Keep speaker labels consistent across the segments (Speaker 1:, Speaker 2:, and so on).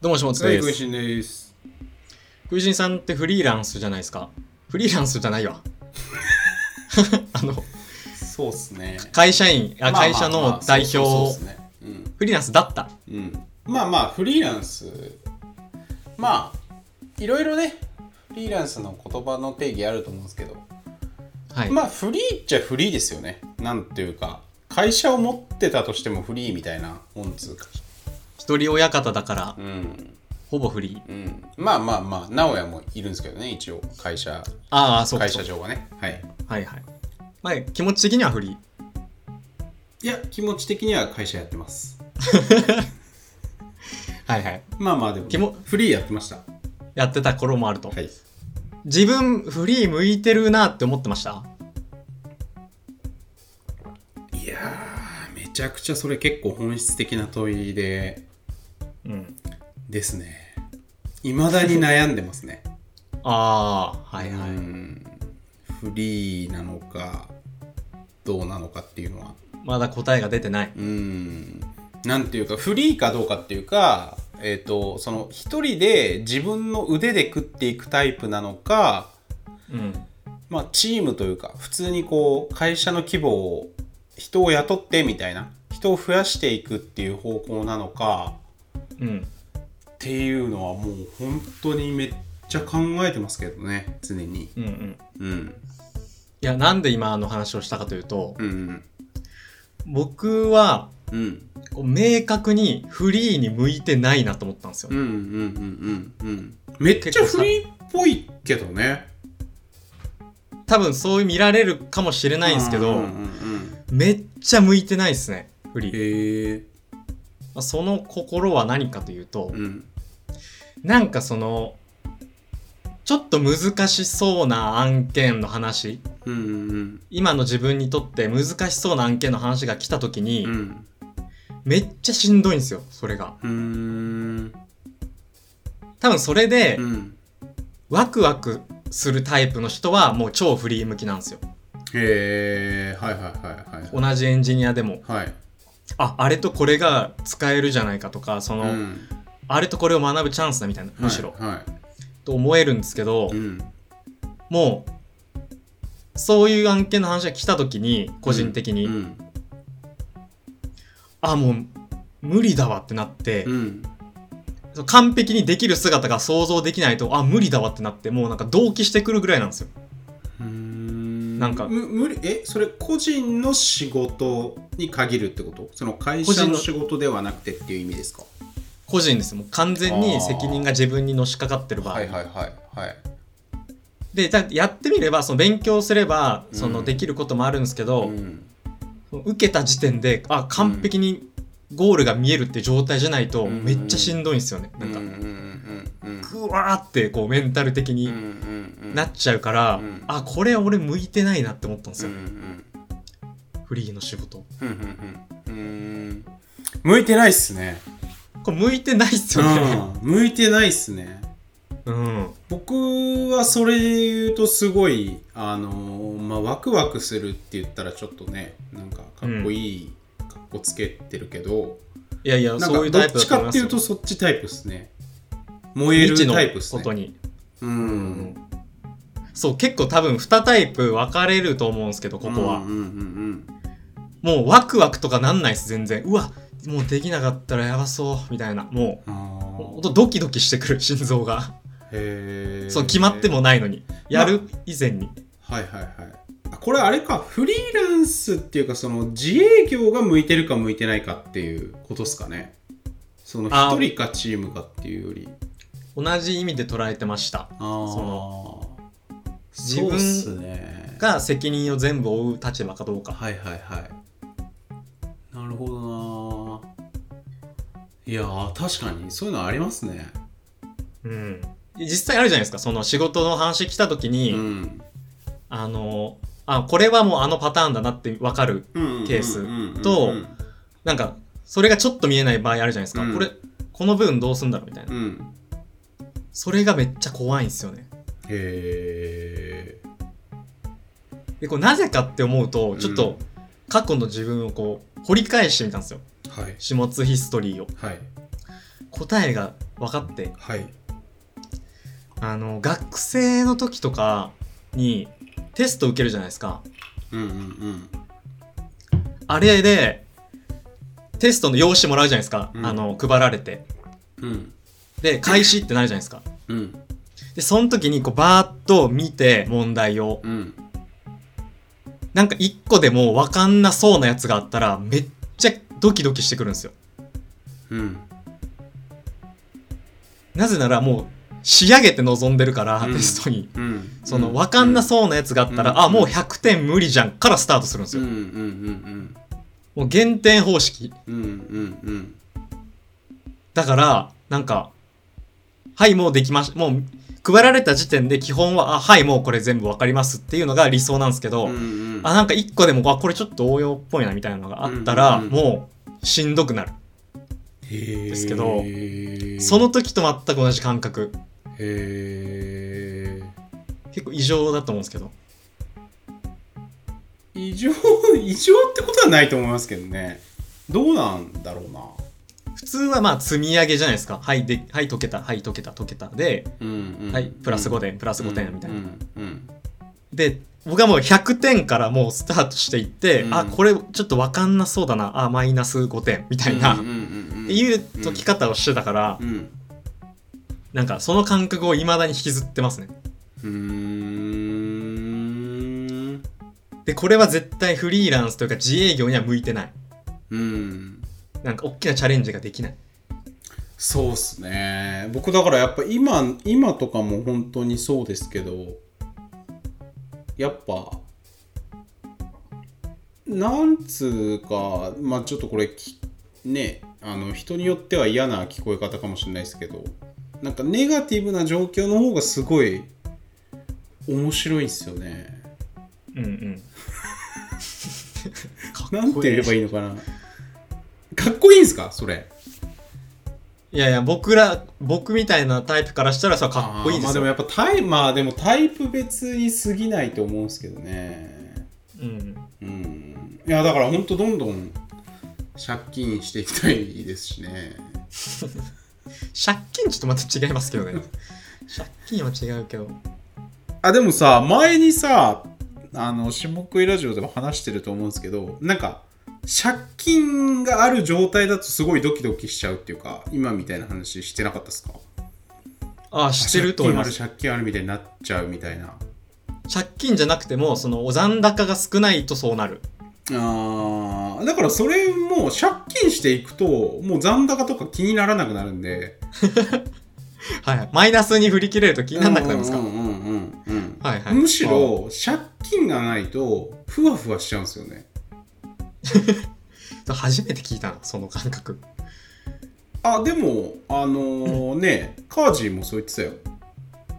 Speaker 1: どうも、しもつ
Speaker 2: はい、
Speaker 1: で
Speaker 2: 軍
Speaker 1: す。
Speaker 2: 神です。
Speaker 1: クイジンさんってフリーランスじゃないですかフリーランスじゃない わ。あの、
Speaker 2: そうっすね。
Speaker 1: 会社員、あ
Speaker 2: まあ
Speaker 1: 会社
Speaker 2: まあま
Speaker 1: の
Speaker 2: あ
Speaker 1: 代表、
Speaker 2: そうそうそうっすねうん
Speaker 1: フリーランスだった。
Speaker 2: うん。まあまあ、フリーランス、まあ、いろいろね、フリーランスの言葉の定義あると思うんですけど、
Speaker 1: はい。
Speaker 2: まあ、フリーっちゃフリーですよね。なんていうか、会社を持ってたとしてもフリーみたいなもんつうか。
Speaker 1: 一人親方だから
Speaker 2: う、ん。
Speaker 1: ほぼフリー。
Speaker 2: うん。まあまあまあ、名古屋もいるんですけどね、一応、会社、
Speaker 1: ああ、そうか
Speaker 2: 会
Speaker 1: そ
Speaker 2: 社
Speaker 1: うか。
Speaker 2: 上はね。はい。
Speaker 1: はいはい。まあ、気持ち的にはフリー。
Speaker 2: いや、気持ち的には会社やってます。
Speaker 1: はいはい。
Speaker 2: まあまあ、でも、
Speaker 1: 気も
Speaker 2: フリーやってました。
Speaker 1: やってた頃もあると。
Speaker 2: はい。
Speaker 1: 自分、フリー向いてるなって思ってました
Speaker 2: いやーめちゃくちゃそれ結構本質的な問いで
Speaker 1: うん。
Speaker 2: ですねいまだに悩んでますね
Speaker 1: ああ、 はいはい。
Speaker 2: うんフリーなのかどうなのかっていうのは
Speaker 1: まだ答えが出てない。
Speaker 2: うんなんていうかフリーかどうかっていうかえっ、とその一人で自分の腕で食っていくタイプなのか
Speaker 1: うん。
Speaker 2: まあ、チームというか普通にこう会社の規模を人を雇ってみたいな人を増やしていくっていう方向なのか
Speaker 1: うん。
Speaker 2: っていうのはもう本当にめっちゃ考えてますけどね常に
Speaker 1: うんうん。
Speaker 2: うん
Speaker 1: いや、なんで今の話をしたかというと、
Speaker 2: うん
Speaker 1: 僕は
Speaker 2: うんうん
Speaker 1: こう明確にフリーに向いてないなと思ったんですよ、
Speaker 2: うんうんうんうんうんめっちゃフリーっぽいけどね
Speaker 1: 多分そう見られるかもしれないんですけど、
Speaker 2: うんうんうん
Speaker 1: めっちゃ向いてないですねフリー、
Speaker 2: へえ
Speaker 1: まあその心は何かというと、
Speaker 2: うん
Speaker 1: なんかそのちょっと難しそうな案件の話
Speaker 2: うんうん
Speaker 1: 今の自分にとって難しそうな案件の話が来た時に、
Speaker 2: うんうん
Speaker 1: めっちゃしんどいんですよそれが
Speaker 2: うーん
Speaker 1: 多分それで、
Speaker 2: うん
Speaker 1: ワクワクするタイプの人はもう超フリー向きなんですよ
Speaker 2: へえはいはいはいはい
Speaker 1: 同じエンジニアでも
Speaker 2: はい
Speaker 1: ああれとこれが使えるじゃないかとかその、
Speaker 2: うん
Speaker 1: あれとこれを学ぶチャンスだみたいなむしろ、
Speaker 2: はいは
Speaker 1: と思えるんですけど、
Speaker 2: いうん
Speaker 1: もうそういう案件の話が来た時に個人的に、
Speaker 2: うん
Speaker 1: あもう無理だわってなって、
Speaker 2: うん
Speaker 1: その完璧にできる姿が想像できないとあ無理だわってなってもうなんか同期してくるぐらいなんですよ
Speaker 2: うーん
Speaker 1: なんか
Speaker 2: む無理えそれ個人の仕事に限るってことその会
Speaker 1: 個
Speaker 2: 社
Speaker 1: 人の
Speaker 2: の仕事ではなくてっていう意味ですか
Speaker 1: 個人ですもう完全に責任が自分にのしかかってる場合、
Speaker 2: はいはいはい
Speaker 1: でだやってみればその勉強すればそうの
Speaker 2: ん
Speaker 1: できることもあるんですけど、
Speaker 2: うん
Speaker 1: 受けた時点であ完璧にゴールが見えるって状態じゃないと
Speaker 2: うん
Speaker 1: めっちゃしんどいんですよね、
Speaker 2: うんう
Speaker 1: なんんか
Speaker 2: うんうん
Speaker 1: グワーってこうメンタル的
Speaker 2: うん
Speaker 1: に
Speaker 2: うん
Speaker 1: なっちゃうから、
Speaker 2: うん
Speaker 1: あこれ俺向いてないなって思ったんです
Speaker 2: うん
Speaker 1: よ、
Speaker 2: うん
Speaker 1: フリーの仕事
Speaker 2: うんうんうんうん向いてないっすね
Speaker 1: これ向いてないっすよね
Speaker 2: うん向いてないっすね
Speaker 1: うん
Speaker 2: 僕はそれで言うとすごいあのーまあワクワクするって言ったらちょっとねなんかかっこいい、かっこつけてるけど
Speaker 1: いやいや
Speaker 2: なん
Speaker 1: そうい
Speaker 2: か
Speaker 1: うタ
Speaker 2: ど
Speaker 1: イ
Speaker 2: っ
Speaker 1: プだ
Speaker 2: ち
Speaker 1: と思い
Speaker 2: かっ
Speaker 1: ま
Speaker 2: て
Speaker 1: す
Speaker 2: いう
Speaker 1: よ
Speaker 2: とそっちタイプですね燃え
Speaker 1: 未
Speaker 2: る
Speaker 1: 知の
Speaker 2: タイプです
Speaker 1: こ
Speaker 2: ね
Speaker 1: とに、
Speaker 2: う
Speaker 1: うんそう結構多分2タイプ分かれると思うんですけどここは、
Speaker 2: うんうんうん
Speaker 1: もうワクワクとかなんないっす全然うわもうできなかったらやばそうみたいなもう
Speaker 2: うんあ
Speaker 1: ほん
Speaker 2: ー
Speaker 1: とドキドキしてくる心臓が、
Speaker 2: へー
Speaker 1: そう決まってもないのにやる以前に、
Speaker 2: はいはいはいあこれあれかフリーランスっていうかその自営業が向いてるか向いてないかっていうことですかねその
Speaker 1: あ
Speaker 2: 一人かチームかっていうより
Speaker 1: 同じ意味で捉えてました
Speaker 2: あー
Speaker 1: そ
Speaker 2: そ
Speaker 1: 自
Speaker 2: う
Speaker 1: 分
Speaker 2: っすね
Speaker 1: が責任を全部負う立場かどうか
Speaker 2: はいはいはいなるほどないやー確かにそういうのありますね
Speaker 1: うん実際あるじゃないですかその仕事の話来た時に、
Speaker 2: うん
Speaker 1: あのあこれはもうあのパターンだなって分かるケースとなんかそれがちょっと見えない場合あるじゃないですか、
Speaker 2: うん
Speaker 1: これこの部分どうすんだろうみたいな、
Speaker 2: うん
Speaker 1: それがめっちゃ怖いんですよね
Speaker 2: へえ
Speaker 1: でこれなぜかって思うとちょっと過去の自分をこう掘り返してみたんですよ
Speaker 2: はい
Speaker 1: 始末ヒストリーを
Speaker 2: はい
Speaker 1: 答えが分かって
Speaker 2: はい
Speaker 1: あの学生の時とかにテスト受けるじゃないですか
Speaker 2: うんうんうん
Speaker 1: あれでテストの用紙もらうじゃないですか、
Speaker 2: うん
Speaker 1: あの配られて
Speaker 2: うん
Speaker 1: で開始ってなるじゃないですか
Speaker 2: うん
Speaker 1: でその時にこうバーッと見て問題を
Speaker 2: うん
Speaker 1: なんか一個でも分かんなそうなやつがあったらめっちゃドキドキしてくるんですよ
Speaker 2: うん
Speaker 1: なぜならもう仕上げて臨んでるから、
Speaker 2: うん
Speaker 1: テストに
Speaker 2: うん
Speaker 1: その分かんなそうなやつがあったら、
Speaker 2: うん
Speaker 1: あもう100点無理じゃんからスタートするんです
Speaker 2: うん
Speaker 1: よ、
Speaker 2: うんうん
Speaker 1: もう減点方式
Speaker 2: うんうんうんうん
Speaker 1: だからなんかはいもうできましもう配られた時点で基本はあはいもうこれ全部分かりますっていうのが理想なんですけど、
Speaker 2: うんうん
Speaker 1: あなんか1個でもあこれちょっと応用っぽいなみたいなのがあったら、
Speaker 2: うんうんうん
Speaker 1: もうしんどくなる
Speaker 2: です
Speaker 1: けどその時と全く同じ感覚
Speaker 2: へ
Speaker 1: 結構異常だと思うんですけど
Speaker 2: ー異常異常ってことはないと思いますけどねどうなんだろうな
Speaker 1: 普通はまあ積み上げじゃないですかはいではい解けたはい解けた解けたで、
Speaker 2: うんうん
Speaker 1: はいプラス5点プラス5点みたいな、
Speaker 2: うんうん
Speaker 1: で僕はもう100点からもうスタートしていって、
Speaker 2: うん
Speaker 1: あこれちょっと分かんなそうだなあマイナス5点みたいな、
Speaker 2: うん
Speaker 1: っ
Speaker 2: うんうんうん
Speaker 1: ていう解き方をしてたから、
Speaker 2: うん
Speaker 1: なんかその感覚を未だに引きずってますね
Speaker 2: うーん
Speaker 1: でこれは絶対フリーランスというか自営業には向いてない
Speaker 2: うん
Speaker 1: なんか大きなチャレンジができない
Speaker 2: そうっすね僕だからやっぱ今今とかも本当にそうですけどやっぱなんつうかまあちょっとこれきねあの人によっては嫌な聞こえ方かもしれないですけどなんかネガティブな状況の方がすごい面白いんですよね
Speaker 1: うん うん
Speaker 2: なんて言えばいいのかなかっこいいんすかそれ
Speaker 1: いやいや僕ら僕みたいなタイプからしたらさかっこいいで
Speaker 2: あーまあ
Speaker 1: す
Speaker 2: で
Speaker 1: よ、
Speaker 2: もやっぱタイまあでもタイプ別に過ぎないと思うんですけどね
Speaker 1: うん
Speaker 2: うんいやだからほんとどんどん借金していきたいですしね
Speaker 1: 借金ちょっとまた違いますけど ね借金は違うけど
Speaker 2: あでもさ前にさあの下食いラジオでも話してると思うんですけどなんか借金がある状態だとすごいドキドキしちゃうっていうか今みたいな話してなかったですか
Speaker 1: ああしてると思います
Speaker 2: 借金ある借金あるみたいになっちゃうみたいな
Speaker 1: 借金じゃなくてもそのお残高が少ないとそうなる
Speaker 2: あーだからそれも借金していくともう残高とか気にならなくなるんで
Speaker 1: はいマイナスに振り切れると気にならなくなりますか
Speaker 2: うんうんうんうん
Speaker 1: はいはい
Speaker 2: むしろ借金がないとふわふわしちゃうんですよね
Speaker 1: 初めて聞いたなその感覚
Speaker 2: あでもあのーねカージーもそう言ってた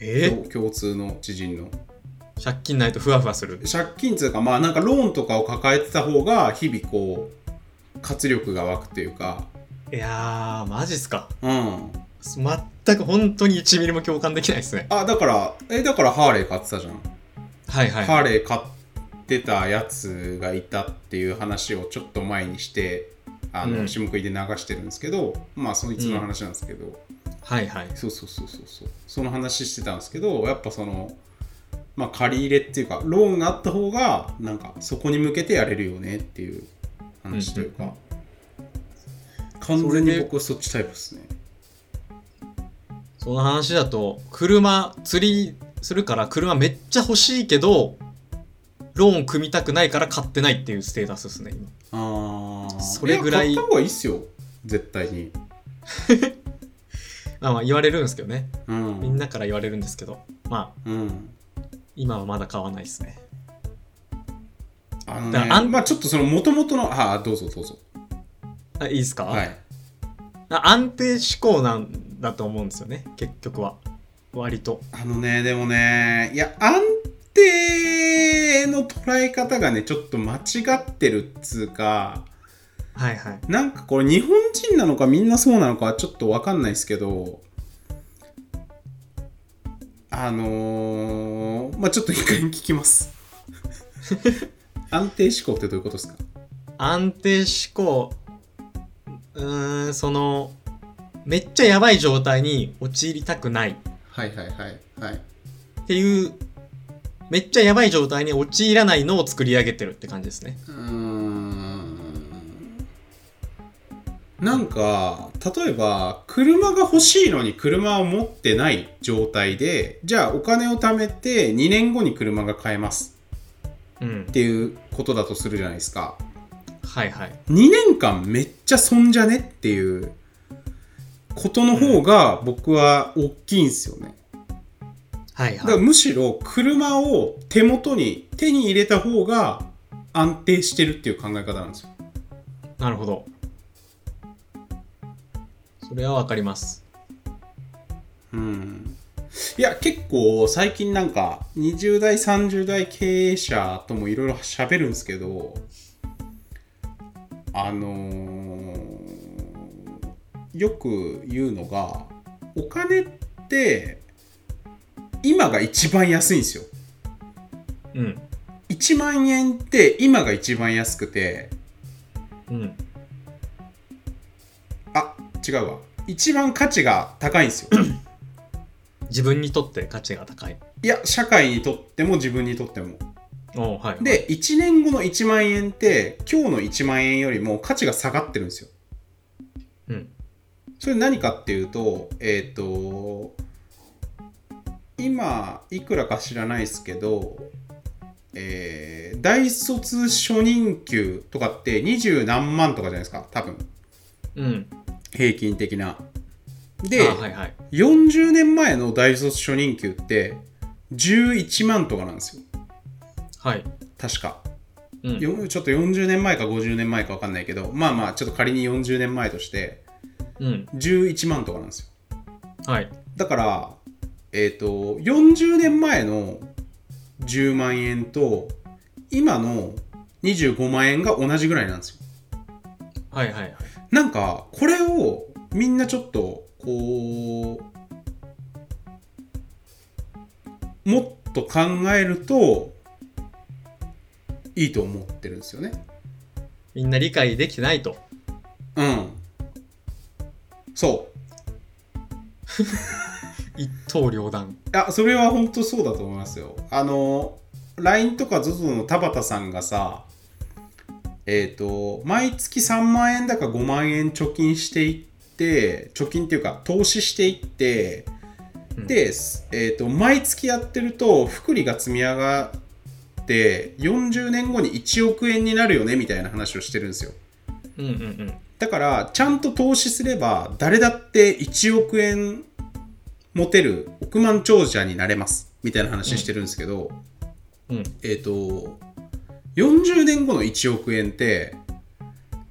Speaker 1: え
Speaker 2: よ共共通の知人の
Speaker 1: 借金ないとふわふわする
Speaker 2: 借金っていうかまあなんかローンとかを抱えてた方が日々こう活力が湧くっていうか
Speaker 1: いやーマジっすか
Speaker 2: うん
Speaker 1: 全く本当に1ミリも共感できないですね
Speaker 2: あだからえだからハーレー買ってたじゃん
Speaker 1: はいはい
Speaker 2: ハーレー買ってたやつがいたっていう話をちょっと前にしてあの、
Speaker 1: うん
Speaker 2: 下食いで流してるんですけどまあそいつの話なんですけど、
Speaker 1: はいはい
Speaker 2: そうそうそうそうそうその話してたんですけどやっぱそのまあ借り入れっていうかローンがあった方がなんかそこに向けてやれるよねっていう話というか、完全
Speaker 1: それ
Speaker 2: に
Speaker 1: で
Speaker 2: 僕そっちタイプですね
Speaker 1: その話だと車釣りするから車めっちゃ欲しいけどローン組みたくないから買ってないっていうステータスですね今
Speaker 2: ああ
Speaker 1: それぐらい
Speaker 2: や買った方がいいっすよ絶対に、
Speaker 1: まあまあ言われるんですけどね
Speaker 2: うん、
Speaker 1: みんなから言われるんですけどまあ
Speaker 2: うん
Speaker 1: 今はまだ買わないですね
Speaker 2: あの
Speaker 1: だ
Speaker 2: ね
Speaker 1: からあん
Speaker 2: まあちょっとその元々のああどうぞどうぞ
Speaker 1: あいいですか、
Speaker 2: はい
Speaker 1: あ安定志向なんだと思うんですよね結局は割と
Speaker 2: あのねでもねいや安定の捉え方がねちょっと間違ってるっつうか
Speaker 1: はいはい
Speaker 2: なんかこれ日本人なのかみんなそうなのかはちょっとわかんないですけどあのーまあちょっと一回聞きます 安定思考ってどういうことですか
Speaker 1: 安定志向うーんそのめっちゃやばい状態に陥りたくない
Speaker 2: はいはいはいはい
Speaker 1: っていうめっちゃやばい状態に陥らないのを作り上げてるって感じですね
Speaker 2: うーんなんか例えば車が欲しいのに車を持ってない状態でじゃあお金を貯めて2年後に車が買えます
Speaker 1: うん
Speaker 2: っていうことだとするじゃないですか
Speaker 1: はいはい
Speaker 2: 2年間めっちゃ損じゃねっていうことの方が僕は大きいんですよね
Speaker 1: はい
Speaker 2: だから
Speaker 1: はい
Speaker 2: むしろ車を手元に手に入れた方が安定してるっていう考え方なんですよ
Speaker 1: なるほどそれはわかります
Speaker 2: うんいや結構最近なんか20代30代経営者ともいろいろ喋るんですけどあのーよく言うのがお金って今が一番安いんですよ
Speaker 1: うん
Speaker 2: 1万円って今が一番安くて
Speaker 1: うん
Speaker 2: あ違うわ一番価値が高いんですよ
Speaker 1: 自分にとって価値が高い
Speaker 2: いや社会にとっても自分にとっても
Speaker 1: おうはい
Speaker 2: で1年後の1万円って今日の1万円よりも価値が下がってるんですよ
Speaker 1: うん
Speaker 2: それ何かっていうとえっ、と今いくらか知らないですけどえー大卒初任給とかって二十何万とかじゃないですか多分
Speaker 1: うん
Speaker 2: 平均的なで、
Speaker 1: あはいはい
Speaker 2: 40年前の大卒初任給って11万とかなんですよ
Speaker 1: はい
Speaker 2: 確か
Speaker 1: うん
Speaker 2: よちょっと40年前か50年前か分かんないけどまあまあちょっと仮に40年前として
Speaker 1: うん
Speaker 2: 11万とかなんですよ
Speaker 1: はい
Speaker 2: だからえっ、と40年前の10万円と今の25万円が同じぐらいなんですよ
Speaker 1: はいはいはい
Speaker 2: なんかこれをみんなちょっとこうもっと考えるといいと思ってるんですよね。
Speaker 1: みんな理解できてないと
Speaker 2: うん。そう。
Speaker 1: 一刀両断
Speaker 2: いや、それは本当そうだと思いますよ。あの、LINE とか ZOZO の田畑さんがさ、えっ、と、毎月3万円だか5万円貯金していって、貯金っていうか、投資していって、
Speaker 1: うん
Speaker 2: で、すえー、と毎月やってると福利が積み上がって40年後に1億円になるよねみたいな話をしてるんですよ
Speaker 1: うんうんうん
Speaker 2: だからちゃんと投資すれば誰だって1億円持てる億万長者になれますみたいな話してるんですけど、
Speaker 1: うん
Speaker 2: えっ、と40年後の1億円って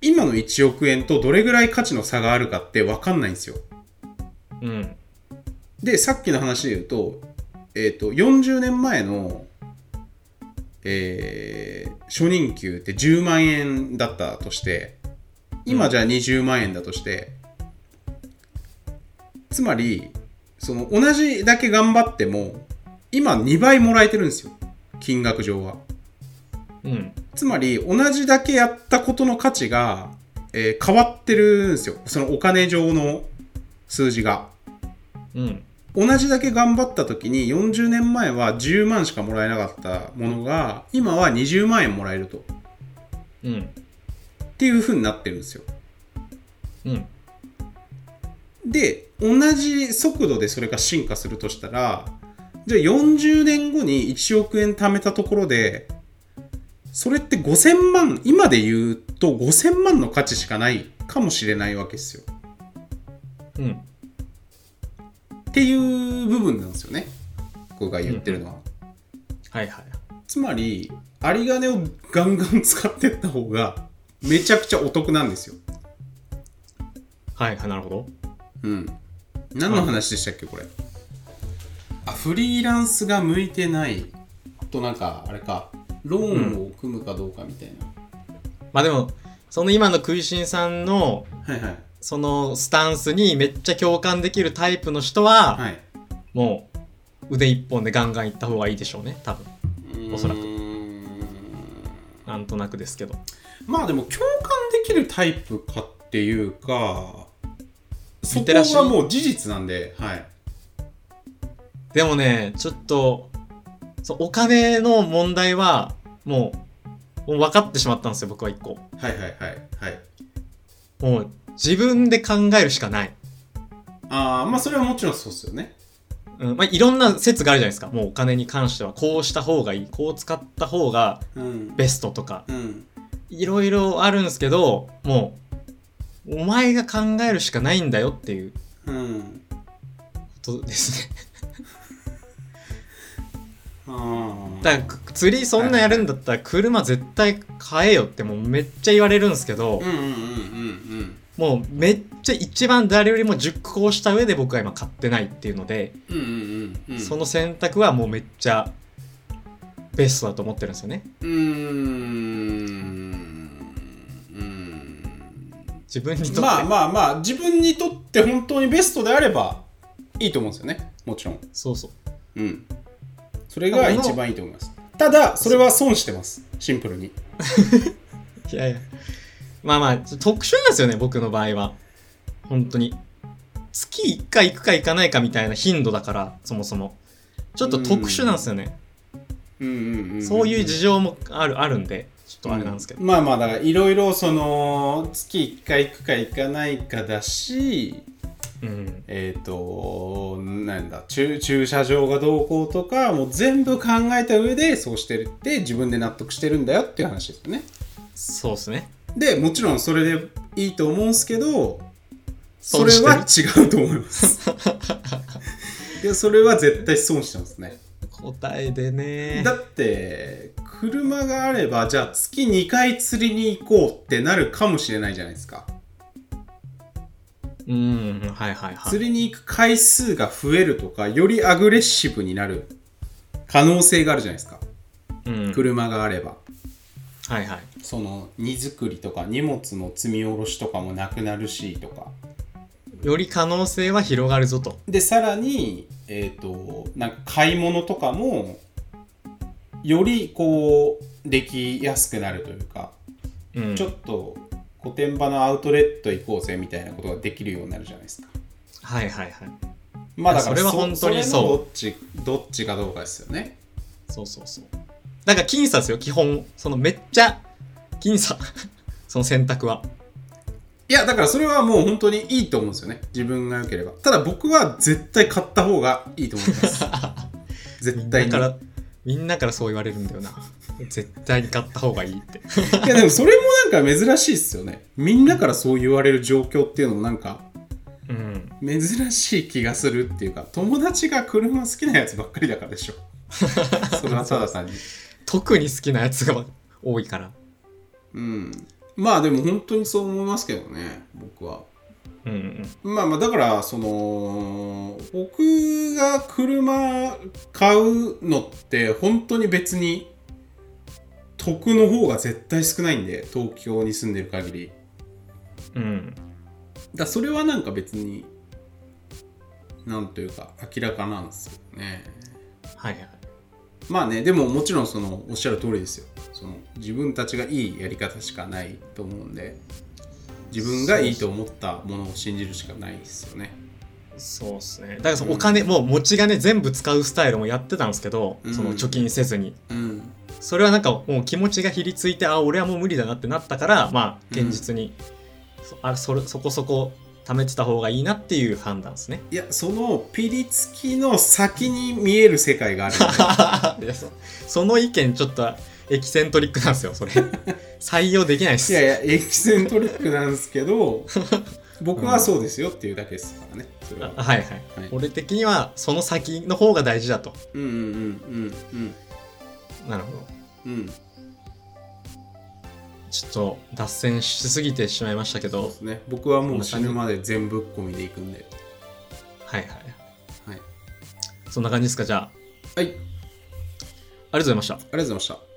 Speaker 2: 今の1億円とどれぐらい価値の差があるかって分かんないんですよ
Speaker 1: うん
Speaker 2: でさっきの話で言うと,、えー、と40年前の、えー初任給って10万円だったとして今じゃあ20万円だとして、つまりその同じだけ頑張っても今2倍もらえてるんですよ金額上は。
Speaker 1: うん
Speaker 2: つまり同じだけやったことの価値が、えー変わってるんですよそのお金上の数字が。
Speaker 1: うん
Speaker 2: 同じだけ頑張った時に40年前は10万しかもらえなかったものが今は20万円もらえるとっ
Speaker 1: うん
Speaker 2: ていう風になってるんですよ
Speaker 1: うん
Speaker 2: で同じ速度でそれが進化するとしたらじゃあ40年後に1億円貯めたところでそれって5000万今で言うと5000万の価値しかないかもしれないわけですよ
Speaker 1: うん
Speaker 2: っていう部分なんですよね僕が言ってるのは、
Speaker 1: はいはい
Speaker 2: つまり、有り金をガンガン 使ってった方が、めちゃくちゃお得なんですよ。
Speaker 1: はいはいなるほど
Speaker 2: うん。何の話でしたっけ、これ。あ、フリーランスが向いてないと、なんか、あれか、ローンを組むかどうかみたいな。
Speaker 1: まあでもその今の食いしんさんの
Speaker 2: はいはい。
Speaker 1: そのスタンスにめっちゃ共感できるタイプの人は、
Speaker 2: はい。
Speaker 1: もう腕一本でガンガンいった方がいいでしょうね多分おそらく
Speaker 2: うーん
Speaker 1: なんとなくですけど
Speaker 2: まあでも、共感できるタイプかっていうか、そ
Speaker 1: っ
Speaker 2: こ
Speaker 1: てらっしゃい
Speaker 2: がもう事実なんで、はい。
Speaker 1: でもね、ちょっと、そうお金の問題は、もう、もう分かってしまったんですよ、僕は一個。
Speaker 2: はいはいはいはい。
Speaker 1: もう、自分で考えるしかない。
Speaker 2: ああ、まあそれはもちろんそうっすよね。
Speaker 1: うん、まあ、いろんな説があるじゃないですか。もうお金に関しては、こうした方がいい、こう使った方が
Speaker 2: うん。
Speaker 1: ベストとか、
Speaker 2: うん。
Speaker 1: いろいろあるんですけど、もう、お前が考えるしかないんだよっていうこ
Speaker 2: うん。
Speaker 1: とですね。
Speaker 2: ああ。
Speaker 1: だから、釣りそんなやるんだったら、車絶対買えよってもうめっちゃ言われるんですけど、
Speaker 2: うんうんうんうん
Speaker 1: もうめっちゃ一番誰よりも熟考した上で僕は今買ってないっていうので、
Speaker 2: うん。うんうんうんうん。
Speaker 1: その選択はもうめっちゃベストだと思ってるんですよね。
Speaker 2: うーん。うーん
Speaker 1: 自分にとって。
Speaker 2: まあまあまあ、自分にとって本当にベストであればいいと思うんですよね。もちろん。
Speaker 1: そうそう。
Speaker 2: うん。それが一番いいと思います。ただ、それは損してます。シンプルに。
Speaker 1: いやいや。まあまあ、特殊なんですよね、僕の場合は。本当に。月1回行くか行かないかみたいな頻度だから、そもそも。ちょっと特殊なんですよね。
Speaker 2: うんうんうん。
Speaker 1: そういう事情もある、あるんで、ちょっとあれなんですけど。
Speaker 2: まあまあだからいろいろその月1回行くか行かないかだし
Speaker 1: うん。
Speaker 2: えっ、となんだ駐駐車場がどうこうとかもう全部考えた上でそうしてるって自分で納得してるんだよっていう話ですよね
Speaker 1: そうですね。
Speaker 2: でもちろんそれでいいと思うんすけどそ
Speaker 1: 損
Speaker 2: れ
Speaker 1: して
Speaker 2: は
Speaker 1: る
Speaker 2: 違うと思いますいやそれは絶対損してますね
Speaker 1: 答えでね。
Speaker 2: だって車があればじゃあ月2回釣りに行こうってなるかもしれないじゃないですか
Speaker 1: うん、はいはいはい。
Speaker 2: 釣りに行く回数が増えるとかよりアグレッシブになる可能性があるじゃないですか
Speaker 1: うん、
Speaker 2: 車があれば
Speaker 1: はいはい。
Speaker 2: その荷造りとか荷物の積み下ろしとかもなくなるしとか
Speaker 1: より可能性は広がるぞと。
Speaker 2: でさらにえっ、となんか買い物とかもよりこうできやすくなるというか
Speaker 1: うん、
Speaker 2: ちょっと御殿場のアウトレット行こうぜみたいなことができるようになるじゃないですか。
Speaker 1: はいはいはい。
Speaker 2: まあだから
Speaker 1: それは本当にそう
Speaker 2: れのどっちどっちかどうかですよね。
Speaker 1: そうそうそう。だから僅差ですよ、基本。そのめっちゃ僅差。 その選択は。
Speaker 2: いやだからそれはもう本当にいいと思うんですよね。自分が良ければ。ただ僕は絶対買った方がいいと思い ます。絶対
Speaker 1: だ
Speaker 2: に。
Speaker 1: から、みんなからそう言われるんだよな。絶対に買った方がいいって。
Speaker 2: いやでもそれもなんか珍しいですよね。みんなからそう言われる状況っていうのもなんか
Speaker 1: うん。
Speaker 2: 珍しい気がするっていうか友達が車好きなやつばっかりだからで しょ。それはただ単に。
Speaker 1: 特に好きなやつが多いから。
Speaker 2: うん、まあでも本当にそう思いますけどね僕は
Speaker 1: うんうん。
Speaker 2: まあまあだからその僕が車買うのって本当に別に得の方が絶対少ないんで東京に住んでる限り
Speaker 1: うん。
Speaker 2: だそれはなんか別になんというか明らかなんですよね
Speaker 1: はいはい。
Speaker 2: まあねでももちろんそのおっしゃる通りですよその自分たちがいいやり方しかないと思うんで自分がいいと思ったものを信じるしかないですよね
Speaker 1: そうっすね。だからそのお金、もう持ち金全部使うスタイルもやってたんですけど、その貯金せずに。
Speaker 2: うん
Speaker 1: それはなんかもう気持ちがひりついてあ俺はもう無理だなってなったからまあ現実に、そあそれそこそこ貯めてた方がいいなっていう判断ですね
Speaker 2: いやそのピリつきの先に見える世界がある
Speaker 1: いやそその意見ちょっとエキセントリックなんですよそ れ採用できないっ
Speaker 2: い
Speaker 1: す
Speaker 2: やいやエキセントリックなんですけど僕はそうですよっていうだけですからね それは
Speaker 1: あはいはい、
Speaker 2: はい
Speaker 1: 俺的にはその先の方が大事だと
Speaker 2: うんうんうんうん
Speaker 1: なるほど
Speaker 2: うんうん
Speaker 1: ちょっと脱線しすぎてしまいましたけ
Speaker 2: そう
Speaker 1: ど
Speaker 2: ですね僕はもう死ぬまで全ぶっ込みでいくんで
Speaker 1: はいはい
Speaker 2: はい、
Speaker 1: そんな感じですかじゃああり
Speaker 2: はい、あり
Speaker 1: がとうございました
Speaker 2: がとうございました